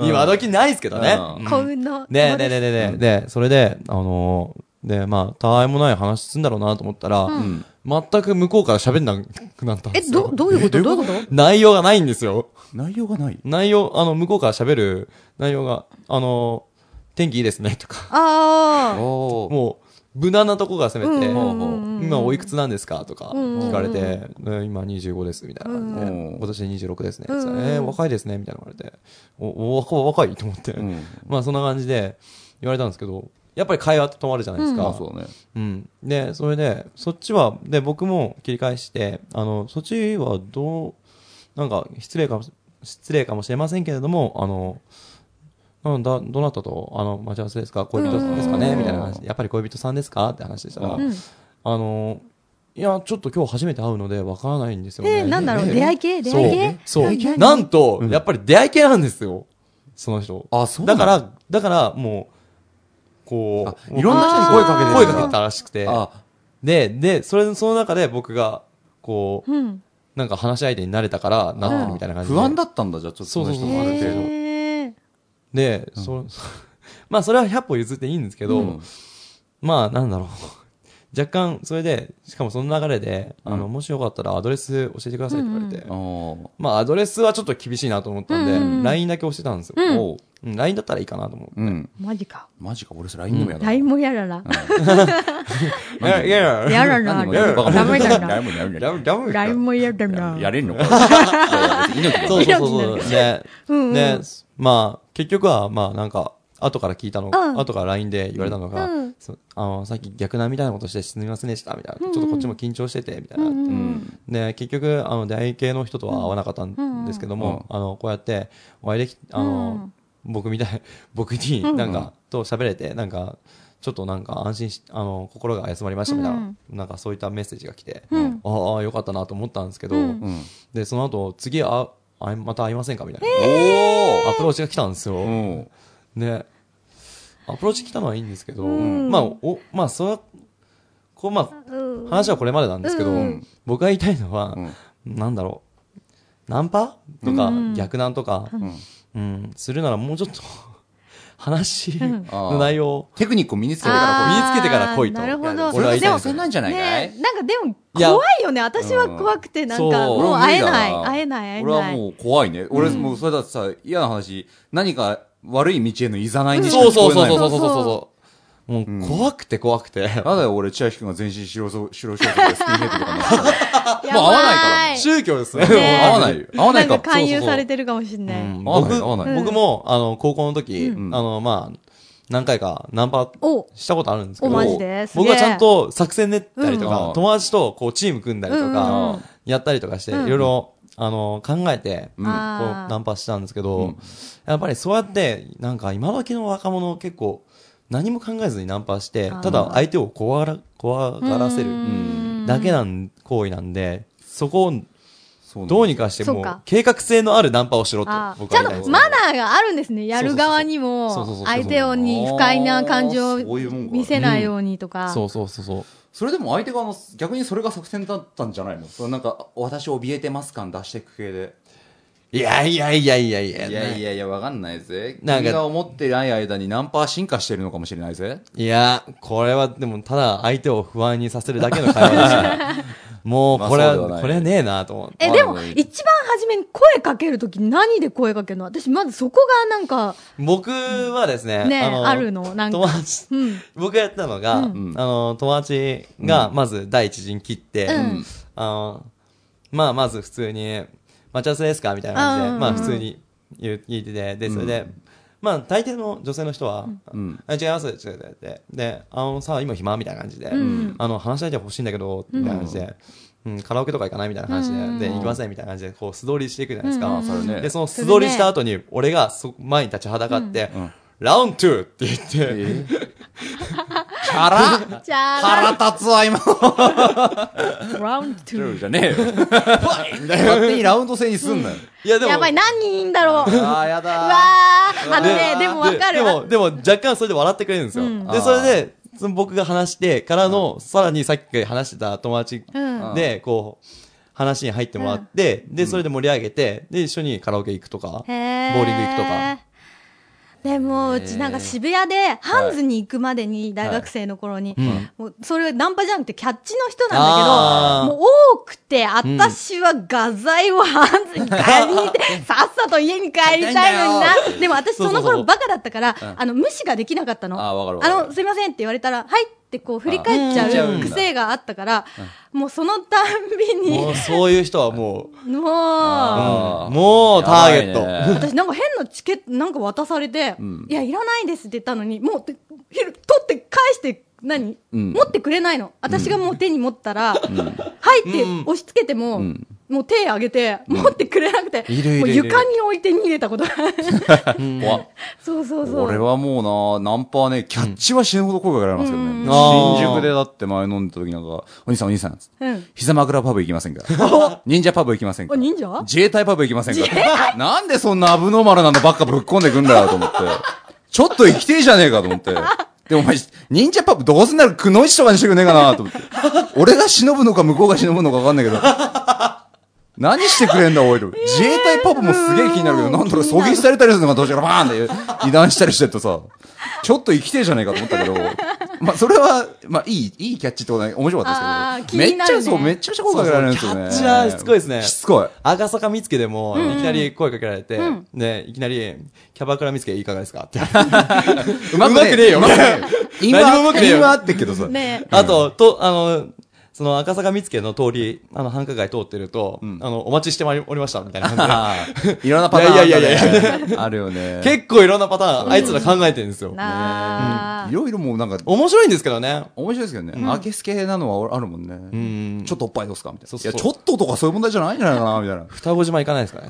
今時ないですけどね。
うん
幸運の。
で、で、で、で、で、で、それで、あのーで、まあ、たわいもない話すんだろうなと思ったら、全く向こうから喋んなくなったんで
え、
すよ。
ど、どういうことどういうこと
内容がないんですよ。
内容がない
内容、あの、向こうから喋る内容が、あの、天気いいですね、とか。
あ
おも
もう、無難なとこから攻めて、
うんうんうんうん
今おいくつなんですかとか
んうんうん
聞かれて、ね今25です、みたいな感じで、
うんうん
今年26ですね、
うんうん
えー若いですね、みたいな言われて、お、お若若いと思って、
ん
まあそんな感じで言われたんですけど、やっぱり会話って止まるじゃないです
う
か。
まあそうだね
うん。で、それで、そっちは、で、僕も切り返して、あの、そっちはどう、なんか、失礼かも、失礼かもしれませんけれども、あの、なんだ、どなたと、あの、待ち合わせですか恋人ですかねみたいな話。やっぱり恋人さんですかって話でしたら、
うん
あの、いや、ちょっと今日初めて会うので、わからないんですよ
あ。
ね。
え、なんだろう、出会い系出
そう
会い系
そう
な何
なんと、やっぱり出会い系なんですよ。その人。
あそうな
だ
の
から、だから、もう、こう、
いろんな人に声かけて
声かけたらしくて。
あ
で、で、それ、その中で僕が、こう、
うん。
なんか話し相手になれたから、なってるみたいな感じで。
不安だったんだじゃあちょっと
そうそうそう
の人もある程度
へー
で、そ まあ、それは100歩譲っていいんですけど、
うん
まあ、なんだろう。若干、それで、しかもその流れで、あの、もしよかったらアドレス教えてくださいって言われて、
あー
まあ、アドレスはちょっと厳しいなと思ったんで、
うんうんうん
LINE だけ押してたんですよ。
おう
うん LINE だったらいいかなと思う。
うん
マジか。
マジか俺それ LINE でもやだ
LINE もやらら。
いやいや
やら
何
ら
もやるバカ者
ダメだな。
LINE もやる
ダメ、ダメ。
LINE もやら
や
ら。
れんのかいや別に猪木だ
そうそう
猪
そうそう。ね。
うんうん
ね。まあ、結局は、まあなんか、後から聞いたの、
うん
後から LINE で言われたのが、
うん
そうあの、さっき逆なみたいなことしてすみませんでした、みたいな。ちょっとこっちも緊張してて、みたいな。
うん
ね、結局、あの、出会い系の人とは会わなかったんですけども、あの、こうやって、お会いでき、あの、僕みたい、 僕に、なんか、と喋れて、なんか、ちょっとなんか安心し、あの、心が休まりましたみたいな、なんかそういったメッセージが来て、ああ、よかったなと思ったんですけど、
うん
で、その後、次あ、あいまた会いませんかみたいな、
お
アプローチが来たんですよ。
おうん
ね。アプローチ来たのはいいんですけど、まあ、お、まあ、そう、こう、まあ、話はこれまでなんですけど、僕が言いたいのは、なんだろう、ナンパとか、逆ナンとか、うん、するならもうちょっと、 話の内容を、
テクニックを身につけてからこう
身
あ
に
ー
つけてから来いと
なるほど。
俺は
俺は
で
で
も
も、それなんじゃないかい
ねえなんかでも、
いや
怖いよね。私は怖くて、なんか、
そう
も
俺
う
は無
会
理
え
だ
ない、会えない、会え
俺
な。
はいもう怖いね。俺もうそれだってさ、嫌な話、何か悪い道への誘いにしか聞こえない
そうそうそう
も
そ
ん
うそうそう。もう、怖くて怖くて、
やだよ、俺、千秋君が全身白そう、白装束でスキンヘッドとかなってたら
や
もう会わないから
ば
宗教 ですね。
ねえ
合わないよ。合わないか
な
ら。
んか勧誘
そうそうそう
されてるかもしれな
う
い。
ん
合わない
僕
合わない
僕も、あの、高校の時、
ん
あの、まあ、何回かナンパ
お
したことあるんですけど、
おマジですげえ
僕はちゃんと作戦練ったりとか、
うん
友達とこうチーム組んだりと
うんうんう
か
ん、
やったりとかして、いろいろ、あの、考えて、こう
あー
ナンパしたんですけど、やっぱりそうやって、なんか今時の若者結構、何も考えずにナンパして、ただ相手を怖がら、怖がらせるだけなん、行為なんで、そこを
そうなんだ
どうにかして
そう
も
か
う、計画性のあるナンパをしろと
あ、、
僕
ち
は
ゃん
言いたいで
と
す
マナーがあるんですね。やる側に
そうそうそうそ
も、
う
相手をに不快な感情
あーそういうもん
を
か
見せないようにとか。
そうそうそうそう。
それでも相手側の、逆にそれが作戦だったんじゃないのそれなんか、私怯えてます感出してく系で。
いやいやいやいやいや
いやいやいや、わかんないぜ。
なんか
君が思ってない間にナンパは進化してるのかもしれないぜ。
いや、これはでもただ相手を不安にさせるだけの会話で した。もうこれ
まあそうでは
は、
ない
これはねえなと思って。
え、
あ
でも、
でもいい
一番初めに声かけるとき何で声かけるの私、まずそこがなんか、
僕はですね、
ね
の
あるのなんか
友達、
うん
僕がやったのが、あの、友達がまず第一陣切って、
ん
あの、まあまず普通に、待ち合わせですかみたいな感じで、
うん
まあ普通に言う言ってて、で、それで、まあ大抵の女性の人は、
ん
あ違います、違う違うって。で、あのさ、今暇みたいな感じで、
ん
あの、話し相手欲しいんだけど、みたいな感じで、うん、カラオケとか行かないみたいな話で、で、行きませんみたいな感じで、こう素通りしていくじゃないですか。
あそれね
で、その素通りした後に、俺がそ前に立ちはだかって、ラウンド2って言って、
チャラ
じゃあ、
腹立つわ、今の。
ラウンド2。
じゃねえよ。 勝手にラウンド制にすんなよ。
いやでも、
やばい、何人いんだろう。う わ
あー、や
ー、
だ
あのね、でもわか
で
る
で
わ。
も、でも若干それで笑ってくれるんですよ。で、それで、その僕が話してからの、さらにさっき話してた友達
うん
で、こう、話に入ってもらって、で、それで盛り上げて、で、一緒にカラオケ行くとか、ボ
へ
ーリング行くとか。
でもううちなんか渋谷でハンズに行くまでに大学生の頃に、もうそれナンパじゃなくてキャッチの人な
あー
んだけどもう多くて私は画材をハンズに借りて、 さっさと家に帰りたいのにな
帰り
でも私その
そうそうそ
頃
う
バカだったからあの無視ができなかったの
あーわかるわかる
あのすいませんって言われたらはいってこう振り返っちゃ
あーう
うん癖があったからもうそのたんび
も
に
うそういう人はも
もう
あー
もうターゲット
やばいね
私なんか変なチケットなんか渡されて、
ん
いや、いらないですって言ったのに、もう、でひる取って返して、何、
うん
持ってくれないの。私がもう手に持ったら、はいって押し付けても、
ん
もう手上げて、持ってくれなくて、
いるいる
もう
いる
床に置いて逃げたことが
怖っ
そうそうそう。
俺はもうな、ナンパはね、キャッチは死ぬほど声かけられますけどね。
んあー
新宿でだって前飲んだ時なんか、お兄さんお兄さん、つって
うん。
膝枕パブ行きま せんか忍者パブ行きませんか
あ忍者
自衛隊パブ行きませんかなんでそんなアブノーマルなのばっかぶっ込んでくんだよと思って。ちょっと生きてえじゃねえかと思って。でもお前、忍者パブどうせならくのいちとかにしてくんねえかなと思って。俺が忍ぶのか向こうが忍ぶのかわかんないけど。何してくれんだ、オイル。自衛隊パブもすげえ気になるけど、なんだろう、
気に
狙
なる
撃されたりするのかどうしようバーンって油断したりしてるとさ、ちょっと生きてえじゃねえかと思ったけど、まあ、それは、まあ、いい、いいキャッチってことで面白かったですけど、
あ
め
ー気に
っ
な
ち
るね
ゃ、そう、めっちゃ声かけられるんですよね。
そうそうキャッチはしつこいですね
しつこい。
赤坂見つけでも、いきなり声かけられて
うん、
ね、いきなり、キャバクラ見つけいかがですか って。
う
まくねえ
うまくねえよ。 今、
何もうまくねえよ
今あってっけどさ。
ねえ
あと、と、あの、その赤坂見つけの通り、あの、繁華街通ってると、あの、お待ちしてまいりおりました、みたいな感
いろんなパターンあるよね。
いやいやい
あるよね
じ。で。結構いろんなパターン、あいつら考えてるんですよ。
なあ
い、ろいろもうなんか、
面白いんですけどね。
面白いですけどね。アケス系なのはあるもん
う
ね。
ん。
ちょっとおっぱいどうすかみたいな。
そう
い
そう
や、ちょっととかそういう問題じゃないんじゃないかな、みたいな。
双子島行かないですかね。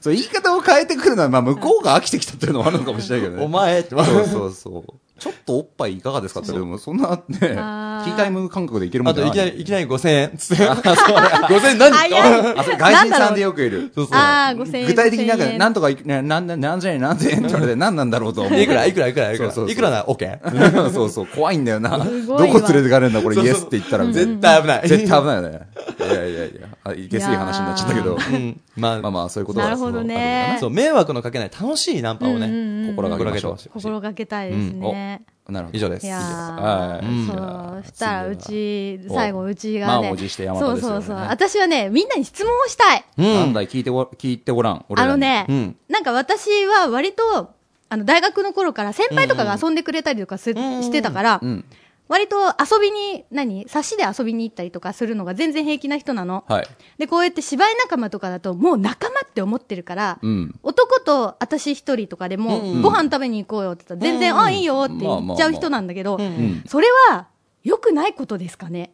そう、言い方を変えてくるのは、まあ、向こうが飽きてきたっていうのはあるのかもしれないけどね。
お前って。
そうそうそう。ちょっとおっぱいいかがですかって、でも、そんなね、ティ
あー
ータイム感覚でいけるも
あ
んじゃ
と、
ないい。
きなり、いきなり5000 円。つって。5000円何ですか
早い
あ、それ外人さんでよくいる。
そうそう。
ああ、5000円。
具体的になんか
1000、円
なんとかいく、ななん、なん、なんじゃね何千円って言われて、何なんだろうと思う。
いくらいくらいくらいくら
そうそうそう
いくらなら OK?
そうそう、怖いんだよな。ど
す
こ
ごいわ
連れてかれるんだ、これ
そう
イ
そう
エスって言ったら。絶
絶対危ない。
対危ないよね。いやいやいや、あいけすい話になっちゃったけど。
うん。まあ、
まあまあ、そういうことは
なるほど
まあ
ね
そう、迷惑のかけない楽しいナンパを
うんうんうん
ね、心がけましょう。
心がけたいですね。
そのなるほど。
以上です。
いや
はい
ー
うん
そうしたらうち、
お
最後うちがね。
満を持して山
そ
田
う
ですよ
そ
ね
うそう。私はね、みんなに質問をしたい。
うん
なんだい、聞いてご、聞いてごらん。俺
あ
らに
のね、
うん
なんか私は割と、あの、大学の頃から先輩とかが遊んでくれたりとかす、
ん
してたから、
うん。
割と遊びに、何差しで遊びに行ったりとかするのが全然平気な人なの。
はい。
で、こうやって芝居仲間とかだと、もう仲間って思ってるから、
うん
男と私一人とかでも、ご飯食べに行こうよって言ったら、全然、あ、いいよって言っちゃう人なんだけど、
うん。
それは、良くないことですかね。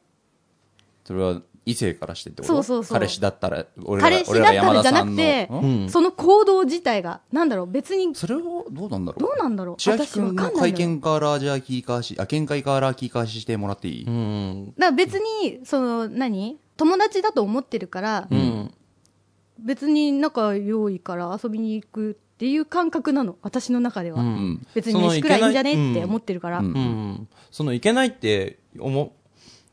それは、異性からしてってこと
そうそうそう
彼氏だったら、俺ら
彼氏だったらじゃなくて、
俺ら山田さんのん
その行動自体が、なんだろう、別に、
それは、どうなんだろう
どうなんだろう
千秋
私わ
君
か
の
んない
会
のよ。
見から、じゃあ、聞かし、あ、見解から聞かししてもらっていい
うん。
だから別に、その、何友達だと思ってるから、
うん。
別に仲良いから遊びに行くっていう感覚なの、私の中では。
うん。
別
そ
に
の
飯くらいいいんじゃ
いけな
ね
い
って思ってるから。
うん
うん。その、いけないって思う、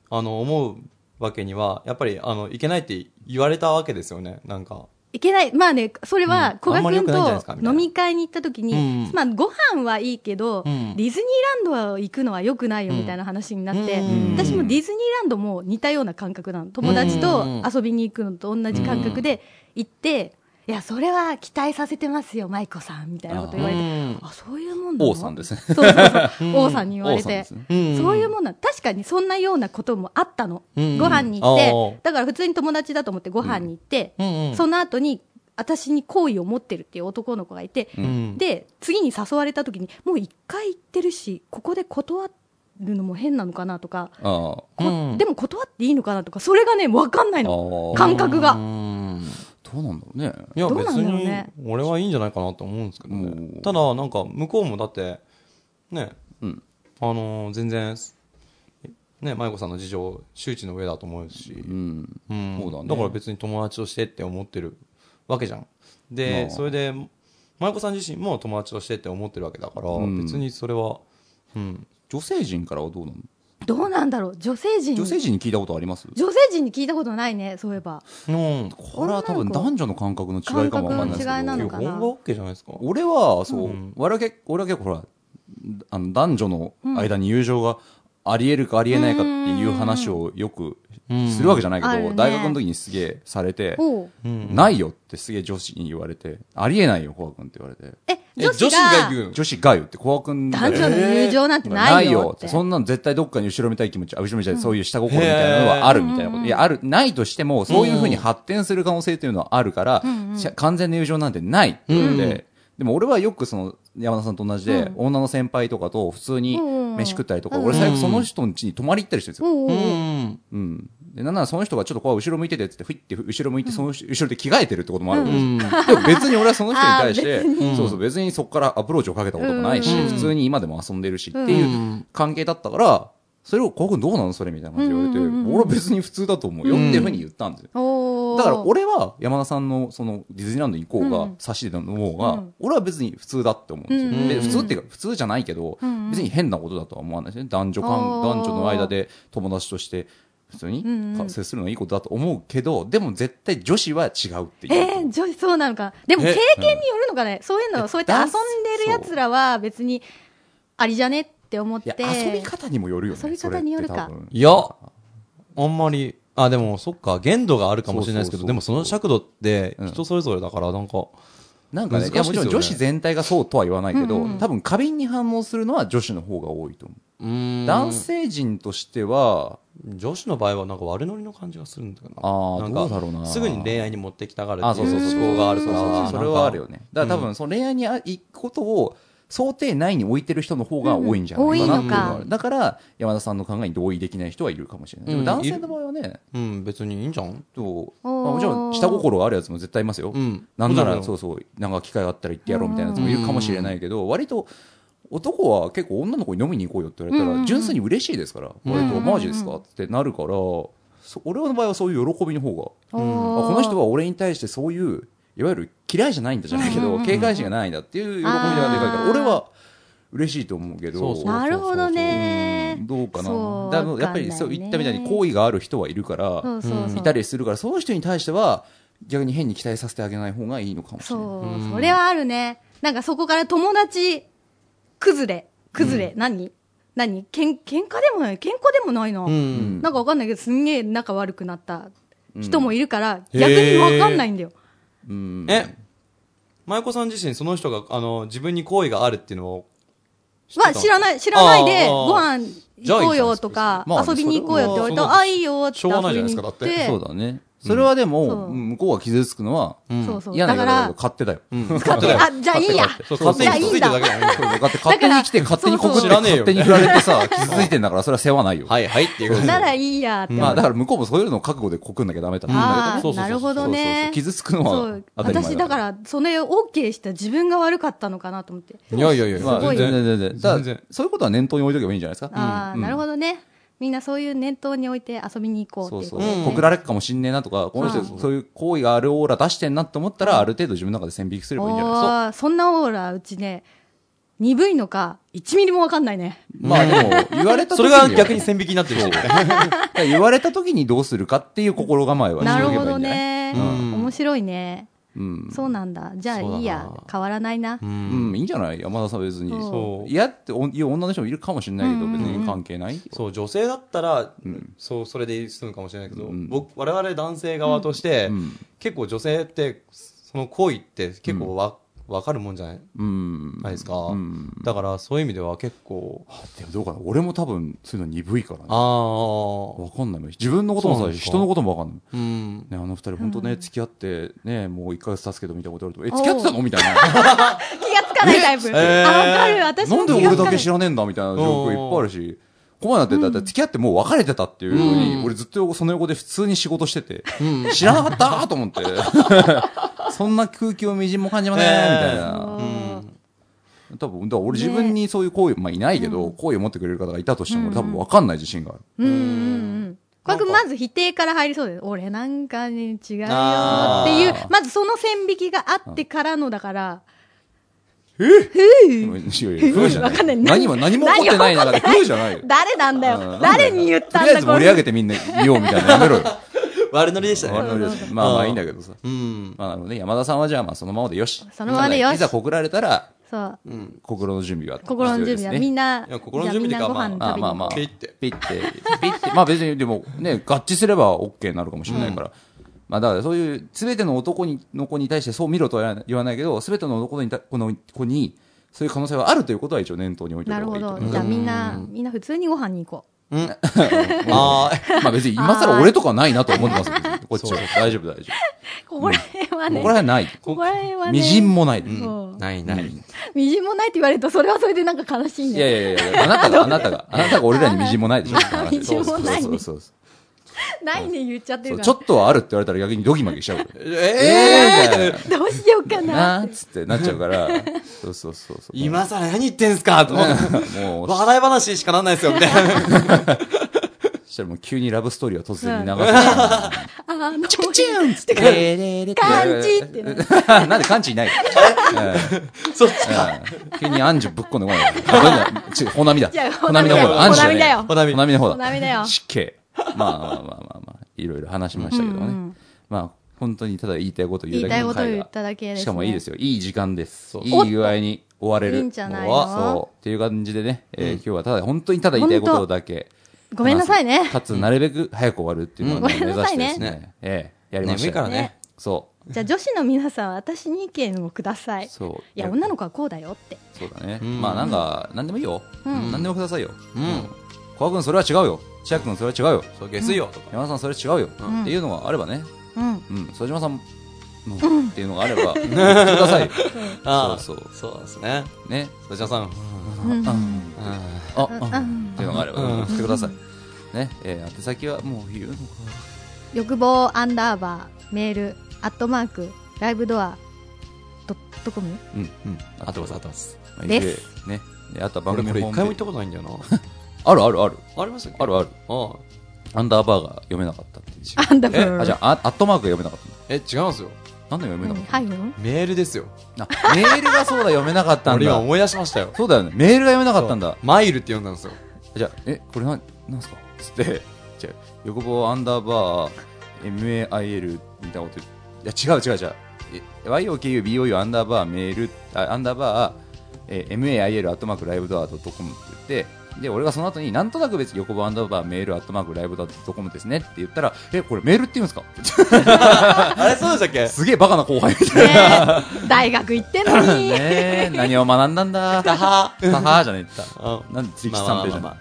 あの、思うわけには、やっぱり、あの、いけないって言われたわけですよね、なんか。
いけない。まあね、それ
う
は
ん、
古
あん
賀
まり良
君
くないんじゃないですか
と
みたい
飲
な
み会に行った時に
う、ん
まあ、ご飯はいいけど、デ
うん
ィズニーランドは行くのは良くないよみたいな話になって
うん、
私もディズニーランドも似たような感覚なの。友達と
うん
遊びに行くのと同じ感覚で行って、いや、それは期待させてますよ、舞子さん、みたいなこと言われ
う
て。
ん
あ、そういうもんなの
王さんですね。
そうそうそう。王さんに言われ
王さんで
て
す。ね
うん
そういうもんなの確かにそんなようなこともあったの。
うん
ご飯に行って
あー、
だから普通に友達だと思ってご飯に行って、
うんうん
その後に私に好意を持ってるっていう男の子がいて、
ん
で、次に誘われた時に、もう一回行ってるし、ここで断るのも変なのかなとか、
ああ。
こ
うん
でも断っていいのかなとか、それがね、わかんないの
あ。ー
感覚
う
が。
ん。
どうなんだろうね。
いや、
どうな
別
んだろう
に
ね、
俺はいいんじゃないかなと思うんですけど
う
ね
ん。
ただ、なんか、向こうもだって、ね、
うん
あのー、全然、ね、舞子さんの事情、周知の上だと思うし、
うん。
うん
そうだね
から別に友達としてって思ってるわけじゃん。で、
まあ
それで、舞子さん自身も友達としてって思ってるわけだから、
うん
別にそれは、うん。
女性陣からはどうなの
どうなんだろう女性陣に
女性陣に聞いたことあります
女性陣に聞いたことないねそういえば
うん。
これは多分男女の感覚の違いかもわかんないですけど
感覚の違いなの
基
か
本が OK じゃないですか。
俺はそう、
うん
俺は結俺は結構ほらあの男女の間に友情がありえるかありえないかっていう話をよく
うん
するわけじゃないけ
あ
ど、
るね
大学の時にすげえされて、
おう
うん
ないよってすげえ女子に言われて、ありえないよ、コア君って言われて。
え
え
女子
が
が
言う。
女子がよって、コア君だよ
男女の友情なんて
な
ないい
よ
よ
っ
ってて
そんなの絶対どっかに後ろめたい気持ち、あ後ろめたい、そういう下心みたいなのはあるみたいなこと。いや、ある、ないとしても、そういうふうに発展する可能性というのはあるから、しゃ完全な友情なんてないって言って、
うん
でも俺はよくその、山田さんと同じで、女の先輩とかと普通に飯食ったりとか、俺最後その人の家に泊まり行ったりしてるんですよ。
おうおうお
う。
うん
うん。で、なんならその人がちょっとこう後ろ向いててっつって、ふいって後ろ向いて、その後後ろで着替えてるってこともあるわけですよ
うん。
でも別に俺はその人に対し
あ
て、そうそう、別にそこからアプローチをかけたこともないし、
うん
普通に今でも遊んでるしっていう関係だったから、それを、こう君どうなのそれみたいな感じで言われて、
うんうんうんうん
俺は別に普通だと思うよっていうふうに言ったんですよ。
おう
だから俺は山田さんのそのディズニーランドに行こうが、差し出たの方
う
が
ん、
俺は別に普通だって思うんですよ。
うん
うん
で、普通っていうか、普通じゃないけど
うんう、ん
別に変なことだとは思わないですね。男女間、
おー
男女の間で友達として、普通に
うんうん
接するのはいいことだと思うけど、でも絶対女子は違うっていう。
えー、女子そうなのかでも
え
経験によるのかねそういうのそうやって遊んでるやつらは別にありじゃねって思っ
いや
て
遊び方にもよるよね
遊び方によるか
それって多分
いや、あんまり、あ、でも、そっか、限度があるかもしれないですけ
そうそうそう
ど、でもその尺度って
うん
人それぞれだから、なんか、
なんかね
難しい
いやもちろん女
です
子
よね
全体がそうとは言わないけど、
うんうん
多分過敏に反応するのは女子の方が多いと思う、
男
男性陣としては
女子の場合はなんか悪ノリの感じがするんだけどな。
あー
なん
どうだろうな
すぐに恋愛に持ってきたがる
あ
って
そうそうそう
いう思考があるから
そうそう
なん
そ
か
れはあるよねだから多分その恋愛に行くことを想定内に置いてる人の方が多いんじゃないかなっていうのがあ
うん
る
う
だから山田さんの考えに同意できない人はいるかもしれない、
うん
でも男性の場合はね
うん、別にいいんじゃん
と、まあ、
おー
もちろん下心があるやつも絶対いますよ、
うん
なんな
も
ら
ち
そ
ろ
うそうなんか機会があったら行ってやろうみたいなやつもいるかもしれないけど、割と男は結構女の子に飲みに行こうよって言われた
うんうんう
ら
ん
純粋に嬉しいですから、割とマジですかってなるからそ俺の場合はそういう喜びの方が
お
あ
ー
この人は俺に対してそういういわゆる嫌いじゃないんだじゃないけ
うんうん
ど
うんうん
警戒心がないんだっていう喜びがでかいから
あー
俺は嬉しいと思うけど
そうそう
なるほどね
どうかな
そう
だからやっぱりそう言ったみたいに好意がある人はいるから、
そうそうそう
うん
いたりするからその人に対しては逆に変に期待させてあげない方がいいのかもしれない。
そう、
うん
それはあるね。なんかそこから友達、崩れ、崩れ、何何けん喧嘩でもない、喧嘩でもないな。
うん。
なんかわかんないけど、すんげえ仲悪くなった人もいるから、
うん
逆にわかんないんだよ。
うん
え、舞子さん自身その人が、あの、自分に好意があるっていうのを知ってた
は
の、
知らない、知らないで、
あー
ご飯行こうよとか、
じゃあいいじゃん
遊びに行こうよって言われた
ま
ら、
あ
あ、いいよって
しょうがないじ
遊び
ゃないです
に行
か
っ
だって
て。
そうだね。それはで
そ
も、
う
うん向こうが傷つくのは、
うん
そうそう。
嫌な
だ
言い
か
方だけ
ら
ど、、勝手だよ。
うん
勝手だよ
あ、じゃあいいや。
そう、
そう
勝
じ
手
ゃ
に
あ
傷
いい
ついて
んだ
るだけ。だよね。
そうだって勝手に来て、勝手に告って、
知らねえ
勝
よ
手に振られて さ、傷ついてんだから、それは世話ないよ。
はいはいっていうことで
ならいいやって。
まあ、だから向こうもそういうのを覚悟で告んなきゃダメだと思うんだけど
あ
そ
あ
うそうそうそう
なるほ
そ
ど
うそうそ
ね
う。傷つくの
そ
は
う
当たり前
私だからそれを OK した自分が悪かったのかなと思って
いやいやいや、
まあ、全
全
然全
然。
然。た
全
だ
然、
そういうことは念頭に置いとけばいいんじゃないですか。
ああ、なるほどねみんなそういう念頭に置いて遊びに行こ
そうう
っていう
そ
こ
う
とね。
告られるかもしんねえなとか、この人、
う
そういう行為があるオーラ出してんなと思ったら、ある程度自分の中で線引きすればいいんじゃないですか。
おーそんなオーラうちね鈍いのか1ミリも分かんないね
まあでも、言われた時
それ
に
が
は
逆に線引きになってるし。
だから言われた時にどうするかっていう心構えは
な
して
る
おけ
ほ
ばいい
ど
んじゃない
ね、
うん
面白いね、
うん
そうなんだじゃあいいや
そうだな
変わらないな、
う。
うんん、いいんじゃない山田さんは別に。
そう
そう
嫌っておいう女の人もいるかもしれないけど、
うん
別に関係ない。
そう、女性だったら、そう、それで済むかもしれないけど、
うん
僕、我々男性側として、
うん
結構女性って、その行為って結構わ、わかるもんじゃない
うん。
ないですか、
うん
だから、そういう意味では結構、あ
でもどうかな俺も多分、そういうの鈍いからね。
あ、
わかんない。自分のこともそうだし、
そうなんですか
人のこともわかんない。
うん。
ね、あの二人本当ね、付き合って、ね、もう一ヶ月経つけど見たことあると、え、付き合ってたのみたいな。
気がつかないタイプ、
えー
あ分かる私
な
も
んで
気
俺
がつか
だ
な
け
い
知らねえんだみたいな状況いっぱいあるし、ここまでだって、だって付き合ってもう別れてたっていうふうに、
うん
俺ずっとその横で普通に仕事してて、
うん。
知らなかったーと思って。 そんな空気をみじんも感じません、
ね
み
え
たいな。
うん
多分、だから俺自分にそういう行為、まあいないけど、好意を持ってくれる方がいたとしても、俺多分分かんない自信がある。
うんうんこれまず否定から入りそうです。俺なんかに違うよっていう
あ、
まずその線引きがあってからのだから、
ふうじゃな
わかんない
い。何も、何も起こってない中で、ふうじゃないよ。
誰なんだ
う
よ
ん
誰に言った
と
ん
りあえ
だ
ず
こ
盛り上
れ。
げてみんな言おうみたいなやめろよ。
悪乗りでした
まあ
ね。
まあまあいいんだけどさ。
うん。
まああのね、山田さんはじゃあまあそのままでよし。
そのままでよした
だいざ告られたら、
そう。
うん。
心の準備は必
心の
要
準
で
備
す
は
ね。
みんな、
いや心の準備
じゃあみんな
って
ご
いう
飯
あ
食べに
まあまあ。
ピッて
ピッて。ピッて。まあ別に、でもね、合致すれば OK になるかもしれないから。まあだからそういう、すべての男に、の子に対してそう見ろとは言わないけど、すべての男にた、この子に、そういう可能性はあるということは一応念頭に置いておい
な
た
る
方が
ほ
いいと
ど
思。
じゃあみんな、みんな普通にご飯に行こう。
ああ、
う。まあ別に今更俺とかはないなとは思ってますけど、こっちは。大丈夫大丈
ここら辺は
夫。
ね、
ここら辺ない。
ここら辺はね、
みじんもないです。
そう
ないない。
みじんもないって言われると、それはそれでなんか悲しいん
い
だ
や
よ。
いやいやいや、あなたが、あなたが、あなたが俺らにみじんもないでしょ。
あみじんもない
そう
ね
そうそうそう
ないね言っちゃっ
そ
てる
う。
か
ちょっとはあるって言われたら逆にドギマギしちゃう。
え えーみたいな
ら。どうしようかな。
なーっつってなっちゃうから、そうそうそうそう。
今更何言ってんすかと思って。
もう、そ
笑い話しかなんない ですよ、みたいな。
したらもう急にラブストーリーは突然に流せ
あの、
て、チューンってレレレって
カンチってなる
なんでカンチいないうん
そっちか。
うん急にアンジュぶっこんでこない。あどういうの違うほなみだ
違う。
ほなみの方だ。アンジュじゃねえよ。
ほなみだよ
ほなみの方だ。
ほなみだよ
湿気。まあまあまあまあまあ、いろいろ話しましたけどね。まあ、本当にただ言いたいこと言うだけの
言いたいこと
回
言
が
っただけですね
しかもいいですよ。いい時間です。い
おっと
い具合に終われる。
いいんじゃない
もう
の
そう。っていう感じでね、えー今日はただ、本当にただ言いたいことだけ。
ごめんなさいね
話すかつ、なるべく早く終わるっていうのをね
うん
目指して
ごめん
で
なさ
す
い
ね。ええ、やりました
眠
よ
いからね。
そ
じゃあ女子の皆さんは私に意見をくださ
う。
い。
そう。
いや、女の子はこうだよって。
そうだね。
うん
まあなんか、なんでもいいよ。
うん
なんでもくださいよ。
うん。
小く君それは違うよ。千秋君それは違うよ。
そう、下水よ、とか。
山田さんそれは違うよ。
ん
っていうのがあればね。
う
う
ん。
ん。副島さんのっていうのがあれば、言ってくだ さいよ。
ああ、
そうそう
そうですね。
ね。
そちらさん。
うん
うん
うん
あ、
う
うん
ん
っていうのがあれ
うん
ば、送ってください。ね。えー、宛先はもう言うのか。
欲望アンダーバーメールアットマークライブドアドットコム
うん。
うん。あとます、あとます。
まあ
です。
いずれね。であとは番
俺
組
これ
ホーム
一回も行
ペ
ったことないんだよな。
ージあるあるある。
ありますよ
あるある。
ああ。
アンダーバーが読めなかったっていう。
アンダーバ
え
ー
あ、じゃあ、あアットマークが読めなかった
え、違うんですよ。
なんで読めなか
何
った
ハイフン
メールですよ。
のあ、メールがそうだ、読めなかったん
俺今
だ。
思い出しましたよ。
そうだよね。メールが読めなかったんだ
そう。マイルって呼んだんですよ。
じゃあ、え、これなん、なんすかつって、じゃあ欲望アンダーバー、MAIL みたいなこと言っていや、違う違う違う。え YOKUBOU アンダーバーメール、あアンダーバー、えー MAIL アットマークライブドアドットコムって言って、で、俺がその後に、なんとなく別に横棒アンダーバーメールアットマークライブドアドットコムですねって言ったら、え、これメールって言うんですか
あれそうでしたっけ
すげえバカな後輩み たい
ねえ大学行ってんの
な。
に
ねえ、何を学んだんだ。
あは
タハーじゃねえった。
あ
なんでツイキさんページなの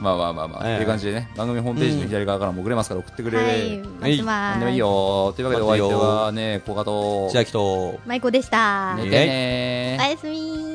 まあ
まあまあまあ まあ、
ええ
っていう感じでね、番組ホームページの左側からも送れますから送ってくれ。
はい待ってま
なん
す
でもいいよ。というわけでお相手はね、小賀と。
千秋と、
マイコでした
寝てね
おやすみ